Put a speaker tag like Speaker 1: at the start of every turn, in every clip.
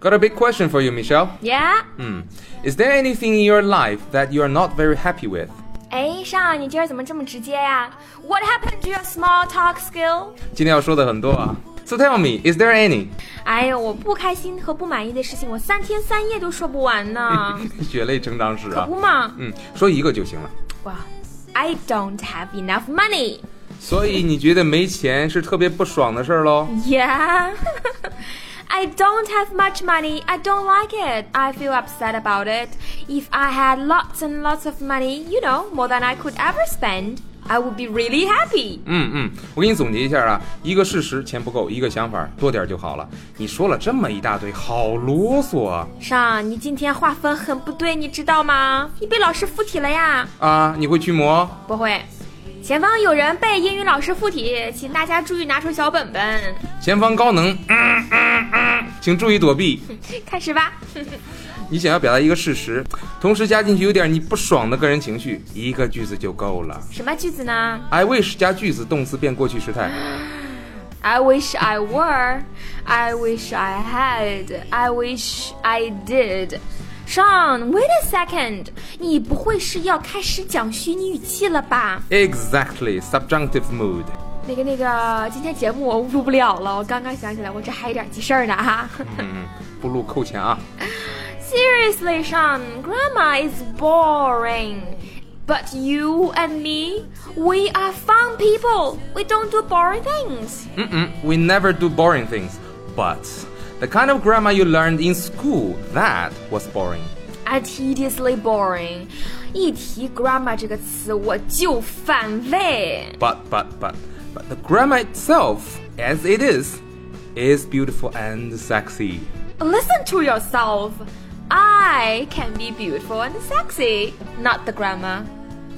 Speaker 1: Got a big question for you, Michelle.
Speaker 2: Yeah，
Speaker 1: Hmm. Is there anything in your life that you are not very happy with?
Speaker 2: 哎，上，你今儿怎么这么直接呀、w h a t happened to your small talk skill？
Speaker 1: 今天要说的很多啊。So tell me, is there any？
Speaker 2: 哎呦，我不开心和不满意的事情，我三天三夜都说不完呢，
Speaker 1: 血泪成长史
Speaker 2: 可
Speaker 1: 啊
Speaker 2: 不。嘛。
Speaker 1: 嗯，说一个就行了。
Speaker 2: 哇、i don't have enough money。
Speaker 1: 所以你觉得没钱是特别不爽的事儿喽？
Speaker 2: Yeah. I don't have much money. I don't like it. I feel upset about it. If I had lots and lots of money, you know, more than I could ever spend, I would be really happy.
Speaker 1: 嗯嗯，我给你总结一下啊，一个事实钱不够，一个想法多点儿就好了。你说了这么一大堆，好啰嗦啊！
Speaker 2: 上，你今天划分很不对，你知道吗？你被老师附体了呀？
Speaker 1: 啊，你会驱魔？
Speaker 2: 不会，前方有人被英语老师附体，请大家注意拿出小本本，
Speaker 1: 前方高能，嗯嗯嗯，请注意躲避。
Speaker 2: 开始吧。
Speaker 1: 你想要表达一个事实，同时加进去有点你不爽的个人情绪，一个句子就够了。
Speaker 2: 什么句子呢
Speaker 1: I wish 加句子，动词变过去时态。
Speaker 2: ？I wish I were, I wish I had, I wish I did. Sean, wait a second，你不会是要开始讲虚拟语气了吧？
Speaker 1: Exactly, subjunctive mood。
Speaker 2: 那个那个，今天节目我录不了了，我刚刚想起来，我这还有点急事儿呢哈。
Speaker 1: 嗯，不录扣钱啊。
Speaker 2: Seriously, Sean, grandma is boring. But you and me, we are fun people. We don't do boring things.
Speaker 1: 嗯嗯，We never do boring things, but the kind of grammar you learned in school that was boring.
Speaker 2: At tediously boring. 一提 grandma 这个词，我就反胃。
Speaker 1: But but but but the grammar itself, as it is, is beautiful and sexy.
Speaker 2: Listen to yourself. I can be beautiful and sexy, not the grandma.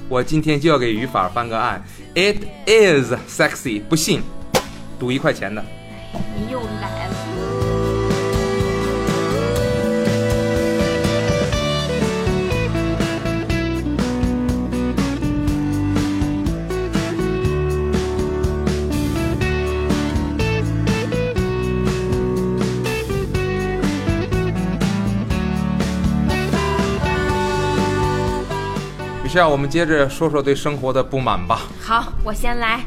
Speaker 1: 我今天就要给语法翻个案。It is sexy，不信，赌一块钱的。
Speaker 2: 你又来了。
Speaker 1: 于是啊，我们接着说说对生活的不满吧。
Speaker 2: 好，我先来。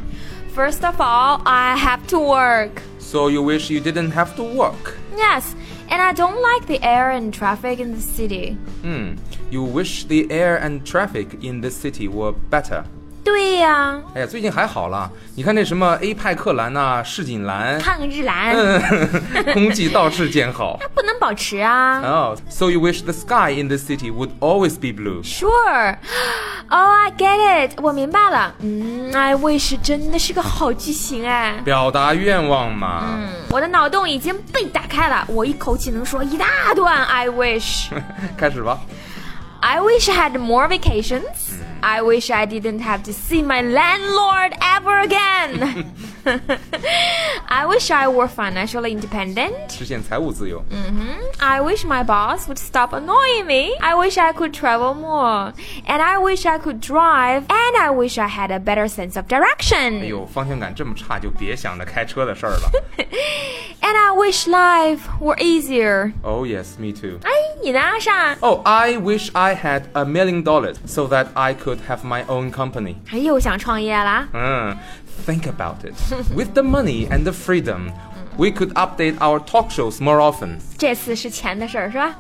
Speaker 2: First of all, I have to work.
Speaker 1: So you wish you didn't have to work.
Speaker 2: Yes, and I don't like the air and traffic in the city.
Speaker 1: 嗯，You wish the air and traffic in the city were better.
Speaker 2: 对呀、
Speaker 1: 哎呀，最近还好了。你看那什么 A 派克兰呐、市井兰，
Speaker 2: 抗日蓝、
Speaker 1: 空气倒是见好。
Speaker 2: 不能保持啊。
Speaker 1: 哦、s o you wish the sky in the city would always be blue.
Speaker 2: Sure. Oh, I get it. 我明白了。嗯，I wish 真的是个好句型哎。
Speaker 1: 表达愿望嘛。
Speaker 2: 嗯，我的脑洞已经被打开了，我一口气能说一大段 I wish.
Speaker 1: 开始吧。
Speaker 2: I wish I had more vacations. I wish I didn't have to see my landlord ever again. I wish I were financially independent.
Speaker 1: 实现财务自由。
Speaker 2: I wish my boss would stop annoying me. I wish I could travel more. And I wish I could drive. And I wish I had a better sense of direction.
Speaker 1: 哎呦，方向感这么差，就别想着开车的事儿了。
Speaker 2: And I wish life were easier.
Speaker 1: oh yes, me too.
Speaker 2: 哎，你呢，阿尚？
Speaker 1: Oh, I wish I had a million dollars so that I could have my own company.
Speaker 2: 又哎想创业啦？
Speaker 1: Mm, think about it. With the money and the freedom, we could update our talk shows more often.
Speaker 2: 这次是钱的事儿 是吧？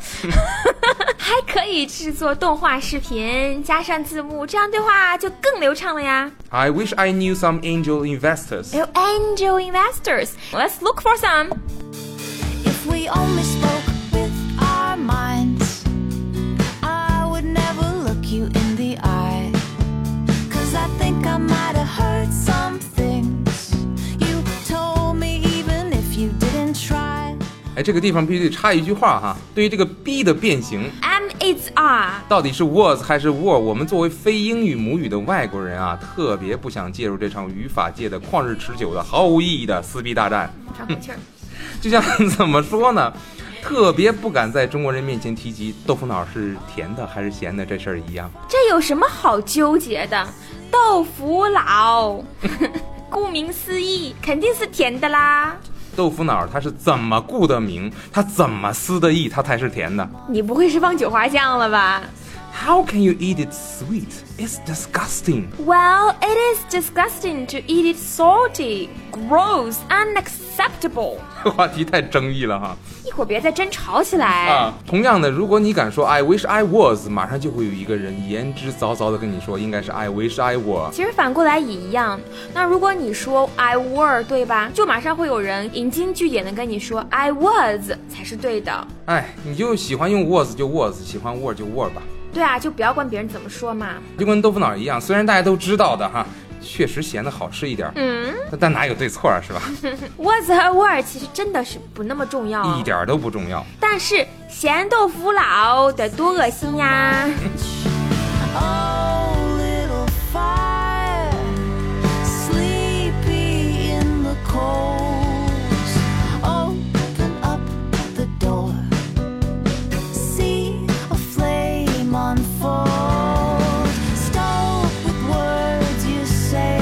Speaker 2: 还可以制作动画视频，加上字幕，这样对话就更流畅了呀。
Speaker 1: I wish I knew some angel investors.
Speaker 2: 还有 angel investors，let's look for some。
Speaker 3: If we only spoke with our minds, I would never look you in the eye. Cause I think I might have heard some things you told me, even if you didn't try.
Speaker 1: 哎，这个地方必须得插一句话哈，对于这个 be 的变形，
Speaker 2: M is R。
Speaker 1: 到底是 was 还是 were，我们作为非英语母语的外国人啊，特别不想介入这场语法界的旷日持久的、毫无意义的撕逼大战。
Speaker 2: 喘口气儿。
Speaker 1: 就像怎么说呢， 特别不敢在中国人面前提及豆腐脑是甜的还是咸的这事儿一样。
Speaker 2: 这有什么好纠结的？ 豆腐脑，顾名思义，肯定是甜的啦。
Speaker 1: 豆腐脑它是怎么顾得明，它怎么思得意，它才是甜的。
Speaker 2: 你不会是放韭花酱了吧
Speaker 1: How can you eat it sweet? It's disgusting.
Speaker 2: ？Well, it is disgusting to eat it salty, gross, unacceptable.
Speaker 1: 话题太争议了哈。
Speaker 2: 一会儿别再真吵起来。
Speaker 1: 啊，同样的，如果你敢说 I wish I was，马上就会有一个人言之凿凿的跟你说，应该是 I wish I were。
Speaker 2: 其实反过来也一样。那如果你说 I were 对吧，就马上会有人引经据典的跟你说 I was 才是对的。
Speaker 1: 哎，你就喜欢用 was 就 was，喜欢 were 就 were 吧。
Speaker 2: 对啊，就不要管别人怎么说嘛。
Speaker 1: 就跟豆腐脑一样，虽然大家都知道的哈，确实咸的好吃一点，
Speaker 2: 嗯
Speaker 1: 但但哪有对错啊，是吧？
Speaker 2: ，was 和 were 其实真的是不那么重要啊
Speaker 1: 一，点儿都不重要。
Speaker 2: 但是咸豆腐脑得多恶心呀！
Speaker 3: Oh, little fire, sleepy in the coals. Open up the door, see a flame unfold. Stole with words you say,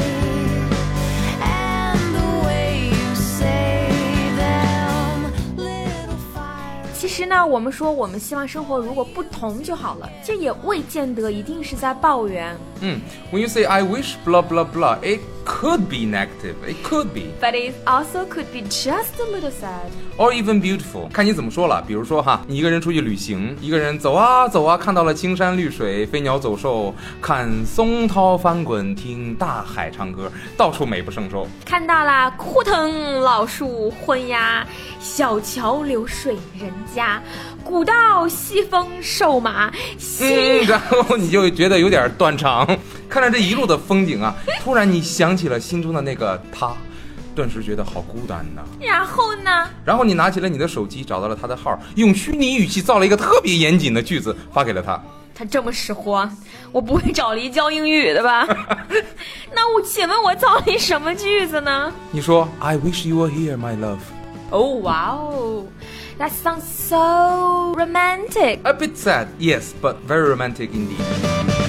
Speaker 3: and the way you say them, little fire.
Speaker 2: 其实呢，我们说我们希望生活如果不同就好了，这也未见得一定是在抱怨。
Speaker 1: 嗯，When you say I wish blah blah blah，it could be negative, it could be
Speaker 2: But it also could be just a little sad.
Speaker 1: or even beautiful，看你怎么说了。比如说哈，你一个人出去旅行，一个人走啊走啊，看到了青山绿水、飞鸟走兽，看松涛翻滚，听大海唱歌，到处美不胜收。
Speaker 2: 看到啦，枯藤老树昏鸦，小桥流水人家，古道西风瘦马，西、
Speaker 1: 嗯，然后你就觉得有点断肠。看着这一路的风景啊，突然你想起了心中的那个他，顿时觉得好孤单呐、
Speaker 2: 然后呢？
Speaker 1: 然后你拿起了你的手机，找到了他的号，用虚拟语气造了一个特别严谨的句子发给了他。
Speaker 2: 他这么识货，我不会找黎教英语的 吧？那我请问我造了一什么句子呢？
Speaker 1: 你说 I wish you were here, my love.
Speaker 2: Oh wow, that sounds so romantic.
Speaker 1: A bit sad, yes, but very romantic indeed.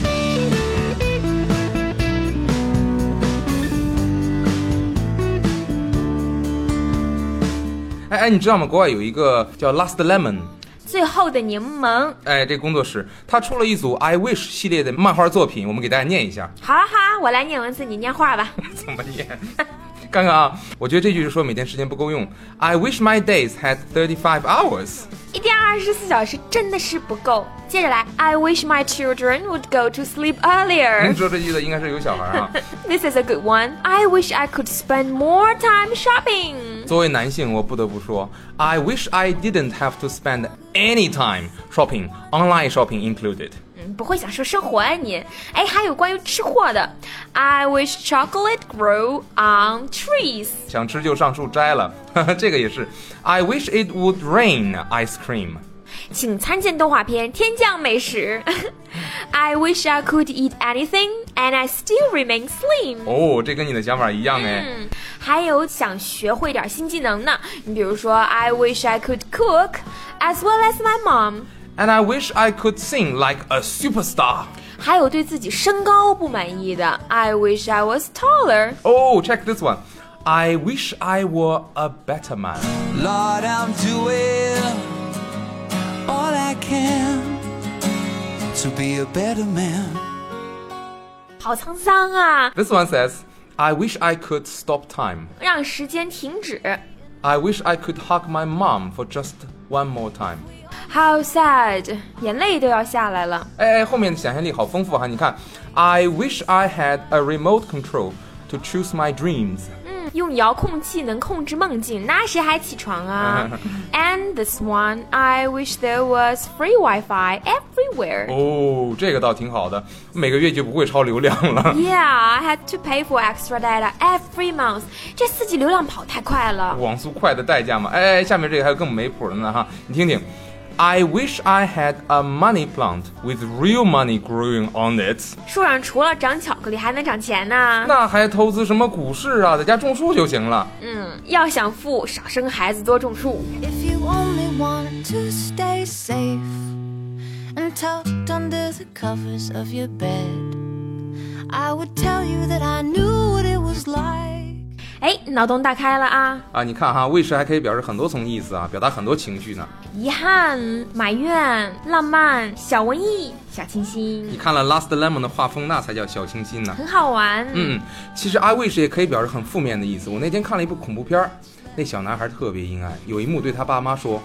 Speaker 1: 哎哎，你知道吗？国外有一个叫 Last Lemon，
Speaker 2: 最后的柠檬，
Speaker 1: 哎，这工作室他出了一组 I Wish 系列的漫画作品，我们给大家念一下，
Speaker 2: 好啊好啊，我来念文字，你念话吧。
Speaker 1: 怎么念？ 看看啊，我觉得这句是说每天时间不够用。I wish my days had thirty five hours。
Speaker 2: 一天二十四小时真的是不够。接着来，I wish my children would go to
Speaker 1: 您
Speaker 2: sleep earlier.
Speaker 1: 说这句的应该是有小孩儿啊。
Speaker 2: This is a good one. I wish I could spend more time shopping.
Speaker 1: 作为男性，我不得不说，I wish I didn't have to spend any time shopping, online shopping included。
Speaker 2: 嗯，不会享受生活啊你？哎，还有关于吃货的，I wish chocolate grew on trees.
Speaker 1: 想吃就上树摘了， 哈哈，这个也是。I wish it would rain ice cream。
Speaker 2: 请参见动画片《天降美食》。I wish I could eat anything and I still remain slim.
Speaker 1: 哦，这跟你的想法一样哎。
Speaker 2: 嗯，还有想学会点新技能呢，你比如说，I wish I could cook as well as my mom。
Speaker 1: And I wish I could sing like a superstar。
Speaker 2: 还有对自己身高不满意的，I wish I was taller。
Speaker 1: Oh, check this one. I wish I were a better man.
Speaker 4: Lord, I'm doing all I can to be a better man.
Speaker 2: 好沧桑啊，
Speaker 1: This one says, I wish I could stop time.
Speaker 2: 让时间停止。
Speaker 1: I wish I could hug my mom for just one more time.
Speaker 2: How sad，眼泪都要下来了。
Speaker 1: 哎，哎后面的想象力好丰富哈！你看，I wish I had a remote control to choose my dreams。
Speaker 2: 嗯，用遥控器能控制梦境，那谁还起床 啊？And this one, I wish there was free Wi-Fi everywhere.
Speaker 1: 哦，这个倒挺好的，每个月就不会超流量了。
Speaker 2: Yeah, I had to pay for extra data every month. 这四 G 流量跑太快了。
Speaker 1: 网速快的代价嘛。哎，哎下面这个还有更没谱的呢哈，你听听。I wish I had a money plant with real money growing on it。
Speaker 2: 树上除了长巧克力，还能长钱呢。
Speaker 1: 那还投资什么股市啊？在家种树就行了。
Speaker 2: 嗯，要想富，少生孩子，多种树。
Speaker 3: If you only want to stay safe and tucked under the covers of your bed, I would tell you that I knew what it was like.
Speaker 2: 哎，脑洞大开了啊！
Speaker 1: 啊，你看哈，谓迟还可以表示很多层意思啊，表达很多情绪呢。
Speaker 2: 遗憾、埋怨、浪漫、小文艺、小清
Speaker 1: 你
Speaker 2: 新，
Speaker 1: 看了 Last Lemon 的画风，那才叫小清新呢。
Speaker 2: 很好玩。
Speaker 1: 嗯，其实 I wish 也可以表示很负面的意思。我那天看了一部恐怖片儿，那小男孩特别阴暗，有一幕对他爸妈说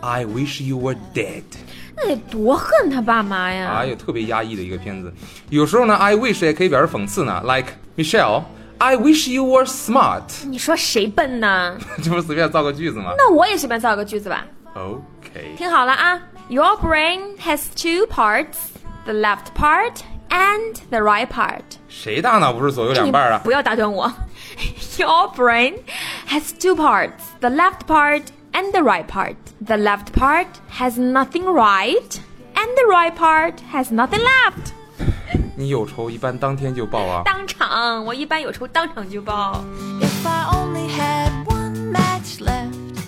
Speaker 1: ：“I wish you were dead。
Speaker 2: 那得多恨他爸妈呀！
Speaker 1: 哎呦，特别压抑的一个片子。有时候呢，I wish 也可以表示讽刺呢，like Michelle，I wish you were smart，
Speaker 2: 你说谁笨呢？
Speaker 1: 这不是随便造个句子吗
Speaker 2: 那我也随便造个句子吧。
Speaker 1: ？OK，
Speaker 2: 听好了啊，Your brain has two parts, the left part and the right part。
Speaker 1: 谁大脑不是左右两
Speaker 2: 你
Speaker 1: 半儿啊？
Speaker 2: 不要打断我。Your brain has two parts, the left part and the right part. The left part has nothing right, and the right part has nothing left.
Speaker 1: 你有仇一般当天就报啊。
Speaker 2: 当场，我一般有仇当场就报。
Speaker 3: If I only had one match left,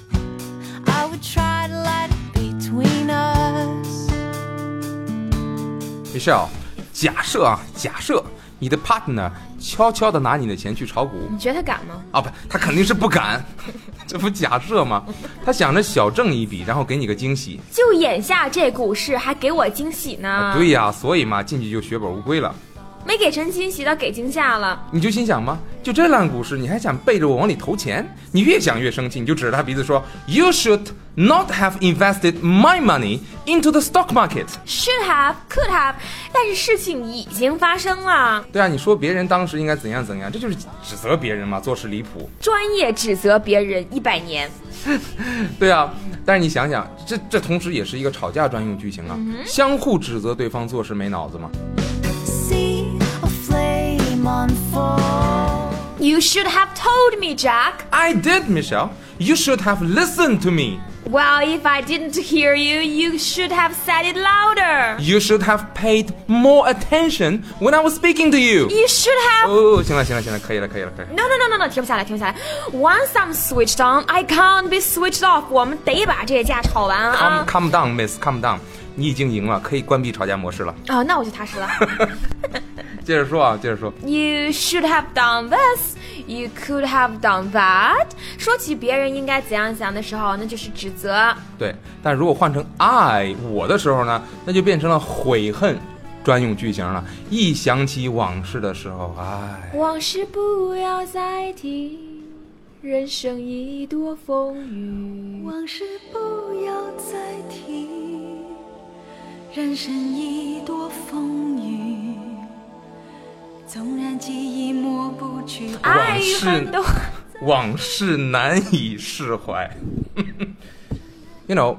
Speaker 3: I would try to light it between us.
Speaker 1: Michelle，假设啊，假设你的 partner 悄悄的拿你的钱去炒股。
Speaker 2: 你觉得他敢吗？
Speaker 1: 啊，不，他肯定是不敢，这不假设吗？他想着小挣一笔，然后给你个惊喜。
Speaker 2: 就眼下这股市还给我惊喜呢，
Speaker 1: 啊对呀、所以嘛，进去就血本无归了。
Speaker 2: 没给成惊喜，倒给惊吓了。
Speaker 1: 你就心想嘛，就这烂股市，你还想背着我往里投钱？你越想越生气，你就指着他鼻子说：“You should not have invested my money into the stock market。
Speaker 2: Should have, could have，但是事情已经发生了。”
Speaker 1: 对啊，你说别人当时应该怎样怎样，这就是指责别人嘛，做事离谱。
Speaker 2: 专业指责别人一百年，
Speaker 1: 对啊，但是你想想，这这同时也是一个吵架专用句型啊，相互指责对方做事没脑子嘛。
Speaker 3: See a flame unfold.
Speaker 2: You should have told me, Jack.
Speaker 1: I did, Michelle. You should have listened to me.
Speaker 2: Well, if I didn't hear you, you should have said it louder.
Speaker 1: You should have paid more attention when I was speaking to you.
Speaker 2: You should have.
Speaker 1: 哦，行了行了行了，可以了可以了可以了。
Speaker 2: No, no, no, no, no，停不下来，停不下来。Once I'm switched on, I can't be switched off。我们得把这架吵完啊
Speaker 1: Calm,！calm down, Miss. Calm down. 你已经赢了，可以关闭吵架模式了。
Speaker 2: 啊，那我就踏实了。
Speaker 1: 接着说啊，接着说。
Speaker 2: You should have done this. You could have done that. 说起别人应该怎样怎样的时候，那就是指责。
Speaker 1: 对，但如果换成 I 我的时候呢，那就变成了悔恨专用句型了。一想起往事的时候，哎，
Speaker 2: 往事不要再提，人生已多风雨。
Speaker 5: 往事不要再提，人生已多风雨。纵然记忆抹不去，
Speaker 2: 爱
Speaker 1: 往
Speaker 2: 与
Speaker 1: 事
Speaker 2: 恨都。
Speaker 1: 往事难以释怀。you know,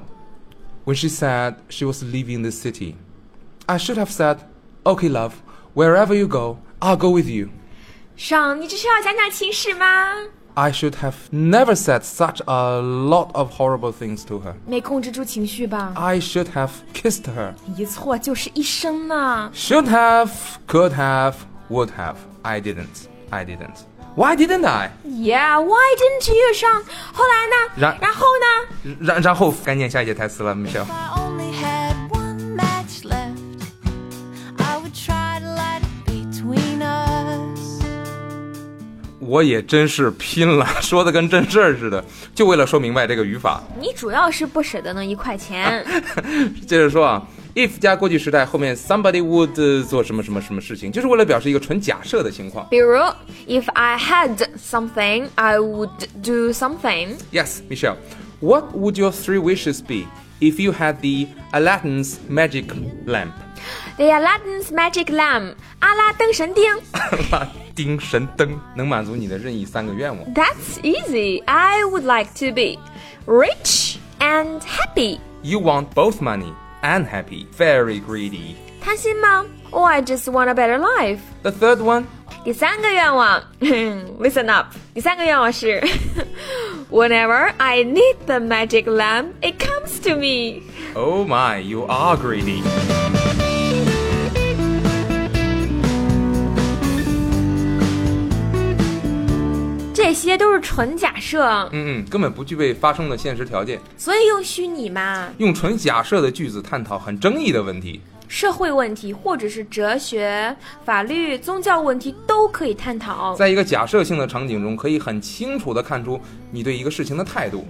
Speaker 1: when she said she was leaving the city, I should have said, "Okay, love, wherever you go, I'll go with you."
Speaker 2: 上，你这是要讲讲情史吗？
Speaker 1: I should have never said such a lot of horrible things to her.
Speaker 2: 没控制住情绪吧？
Speaker 1: I should have kissed her.
Speaker 2: 一错就是一生呢。
Speaker 1: Should have, could have, would have. I didn't. I didn't. Why didn't I?
Speaker 2: Yeah, why didn't you 上？后来呢？
Speaker 1: 然
Speaker 2: 然后呢？
Speaker 1: 然然后该念下一节台词了，Michelle。
Speaker 3: If I only had one match left, I would try to light it between us.
Speaker 1: 我也真是拼了， 说的跟真事儿似的，就为了说明白这个语法。
Speaker 2: 你主要是不舍得那一块钱。
Speaker 1: 接着说啊，if 加过去时态后面 somebody would 呃做什么什么什么事情，就是为了表示一个纯假设的情况。
Speaker 2: 比如，If I had something, I would do something。
Speaker 1: Yes, Michelle. What would your three wishes be if you had the Aladdin's magic lamp?
Speaker 2: The Aladdin's magic lamp，阿拉灯神灯。
Speaker 1: 拉丁神灯能满足你的任意三个愿望。
Speaker 2: That's easy. I would like to be rich and happy.
Speaker 1: You want both money and happy. Very greedy.
Speaker 2: 贪心吗？Or I just want a better life.
Speaker 1: The third one,
Speaker 2: 第三个愿望 ，Listen up。第三个愿望是 ，Whenever I need the magic lamp, it comes to me.
Speaker 1: oh my, you are greedy.
Speaker 2: 这些都是纯假设，
Speaker 1: 嗯嗯，根本不具备发生的现实条件。
Speaker 2: 所以用虚拟嘛。
Speaker 1: 用纯假设的句子探讨很争议的问题。
Speaker 2: 社会问题，或者是哲学、法律、宗教问题都可以探讨。
Speaker 1: 在一个假设性的场景中，可以很清楚地看出你对一个事情的态度。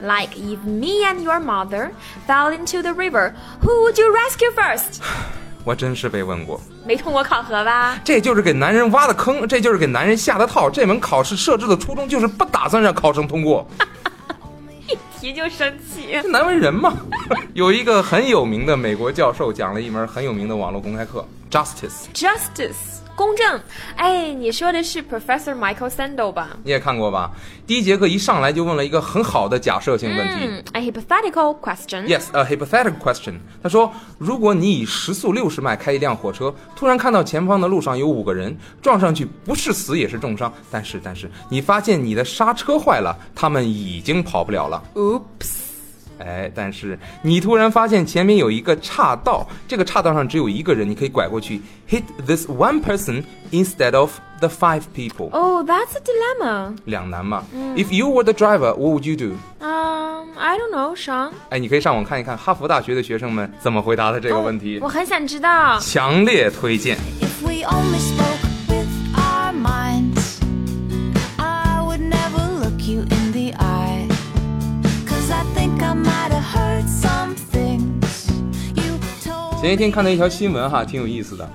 Speaker 2: Like if me and your mother fell into the river, who would you rescue first？
Speaker 1: 我真是被问过，
Speaker 2: 没通过考核吧？
Speaker 1: 这就是给男人挖的坑，这就是给男人下的套。这门考试设置的初衷就是不打算让考生通过，
Speaker 2: 一提就生气。
Speaker 1: 这难为人嘛。 有一个很有名的美国教授讲了一门很有名的网络公开课，Justice，
Speaker 2: Justice 公正，哎，你说的是 Professor Michael Sandel 吧？
Speaker 1: 你也看过吧？第一节课一上来就问了一个很好的假设性问题。
Speaker 2: 嗯，a hypothetical question。
Speaker 1: Yes, a hypothetical question。他说，如果你以时速六十迈开一辆火车，突然看到前方的路上有五个人撞上去，不是死也是重伤，但是但是你发现你的刹车坏了，他们已经跑不了了。
Speaker 2: Oops。
Speaker 1: 哎，但是你突然发现前面有一个岔道，这个岔道上只有一个人，你可以拐过去，hit this one person instead of the five people，、
Speaker 2: Oh, that's a dilemma.
Speaker 1: 两难嘛。If you were the driver, what would you do？
Speaker 2: Um, I don't know, Sean.
Speaker 1: 哎，你可以上网看一看哈佛大学的学生们怎么回答的这个
Speaker 2: 哦
Speaker 1: 问题。
Speaker 2: 我很想知道。
Speaker 1: 强烈推荐。
Speaker 3: If we only spoke with our minds, I would never look you in the eye. Cause I think I might have heard some things you told
Speaker 1: 前一
Speaker 3: me.
Speaker 1: 天看到一条新闻哈，挺有意思的。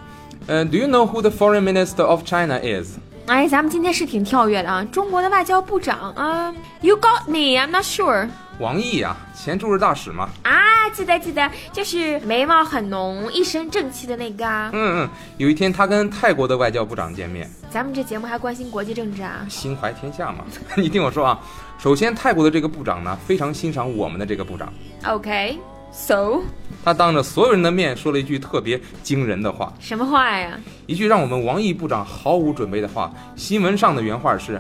Speaker 1: 呃、d o you know who the foreign minister of China is？
Speaker 2: 哎，咱们今天是挺跳跃的啊。中国的外交部长啊、y o u got me. I'm not sure.
Speaker 1: 王毅啊，前驻日大使嘛。
Speaker 2: 啊，记得记得，就是眉毛很浓、一身正气的那个啊。
Speaker 1: 嗯嗯，有一天他跟泰国的外交部长见面，
Speaker 2: 咱们这节目还关心国际政治啊？
Speaker 1: 心怀天下嘛。 你听我说啊，首先泰国的这个部长呢，非常欣赏我们的这个部长，
Speaker 2: OK。So
Speaker 1: 他当着所有人的面说了一句特别惊人的话，
Speaker 2: 什么话呀？
Speaker 1: 一句让我们王毅部长毫无准备的话。新闻上的原话是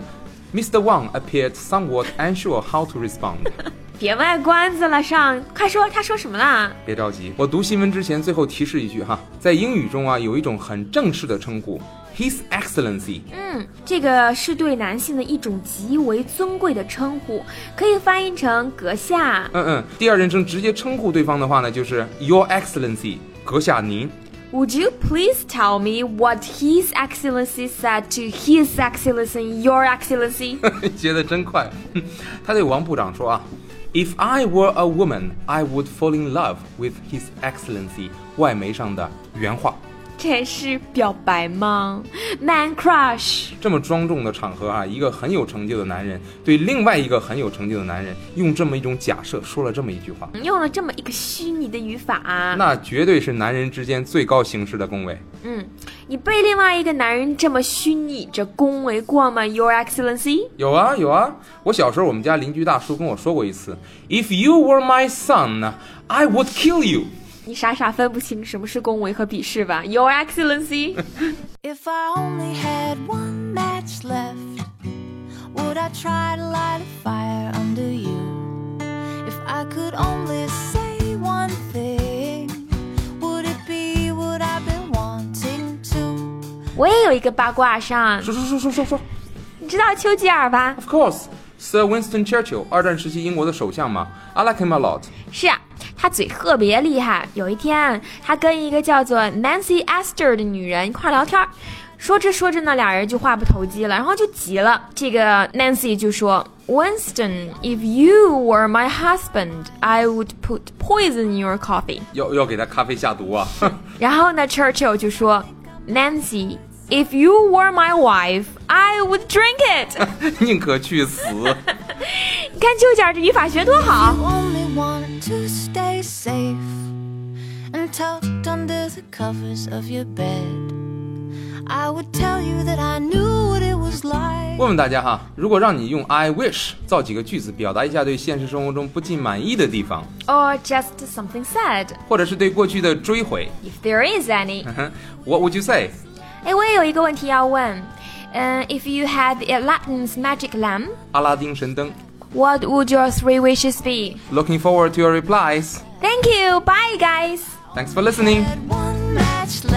Speaker 1: ，Mr. Wang appeared somewhat unsure how to respond。
Speaker 2: 别卖关子了，上，快说他说什么啦？
Speaker 1: 别着急，我读新闻之前最后提示一句哈，在英语中啊有一种很正式的称呼，His Excellency。
Speaker 2: 嗯，这个是对男性的一种极为尊贵的称呼，可以翻译成阁下。
Speaker 1: 嗯嗯，第二人称直接称呼对方的话呢，就是 Your Excellency，阁下您。
Speaker 2: Would you please tell me what His Excellency said to His Excellency, Your Excellency?
Speaker 1: 接得真快， 哼他对王部长说啊，If I were a woman, I would fall in love with His Excellency。外媒上的原话。
Speaker 2: 这是表白吗？Man crush。
Speaker 1: 这么庄重的场合啊，一个很有成就的男人对另外一个很有成就的男人，用这么一种假设说了这么一句话，
Speaker 2: 用了这么一个虚拟的语法、啊
Speaker 1: 那绝对是男人之间最高形式的恭维。
Speaker 2: 嗯，你被另外一个男人这么虚拟着恭维过吗，Your Excellency？
Speaker 1: 有啊有啊，我小时候我们家邻居大叔跟我说过一次，If you were my son, I would kill you。
Speaker 2: 你傻傻分不清什么是恭维和鄙视吧，Your Excellency？
Speaker 3: If I only had one match left, would I try to light a fire under you? If I could only say one thing, would it be what I've been wanting to?
Speaker 2: 我也有一个八卦上，
Speaker 1: 说说说说说说
Speaker 2: 你知道丘吉尔吧？
Speaker 1: ，Of course, Sir Winston Churchill，二战时期英国的首相嘛，I like him a lot。
Speaker 2: 是啊，他嘴特别厉害。有一天，他跟一个叫做 Nancy Astor 的女人一块儿聊天儿，说着说着呢，俩人就话不投机了，然后就急了。这个 Nancy 就说：“Winston, if you were my husband, I would put poison in your coffee。
Speaker 1: 要要给他咖啡下毒啊！”
Speaker 2: 然后呢，Churchill 就说：“Nancy, if you were my wife, I would drink it。
Speaker 1: 宁可去死。”
Speaker 2: 你看丘吉尔这语法学多好。
Speaker 3: You only wanted to stay safe and tucked under the covers of your bed. I would tell you that I knew what it was like.
Speaker 1: 问问大家哈，如果让你用 I wish 造几个句子，表达一下对现实生活中不尽满意的地方，
Speaker 2: Or just something sad,
Speaker 1: 或者是对过去的追悔
Speaker 2: if there is any.
Speaker 1: 哼，What would you say？
Speaker 2: 哎，我也有一个问题要问，嗯、i f you had Aladdin's magic lamp,
Speaker 1: 阿拉丁神灯。
Speaker 2: what would your three wishes be?
Speaker 1: Looking forward to your replies.
Speaker 2: Thank you, bye guys.
Speaker 1: Thanks for listening.
Speaker 3: Had one match left.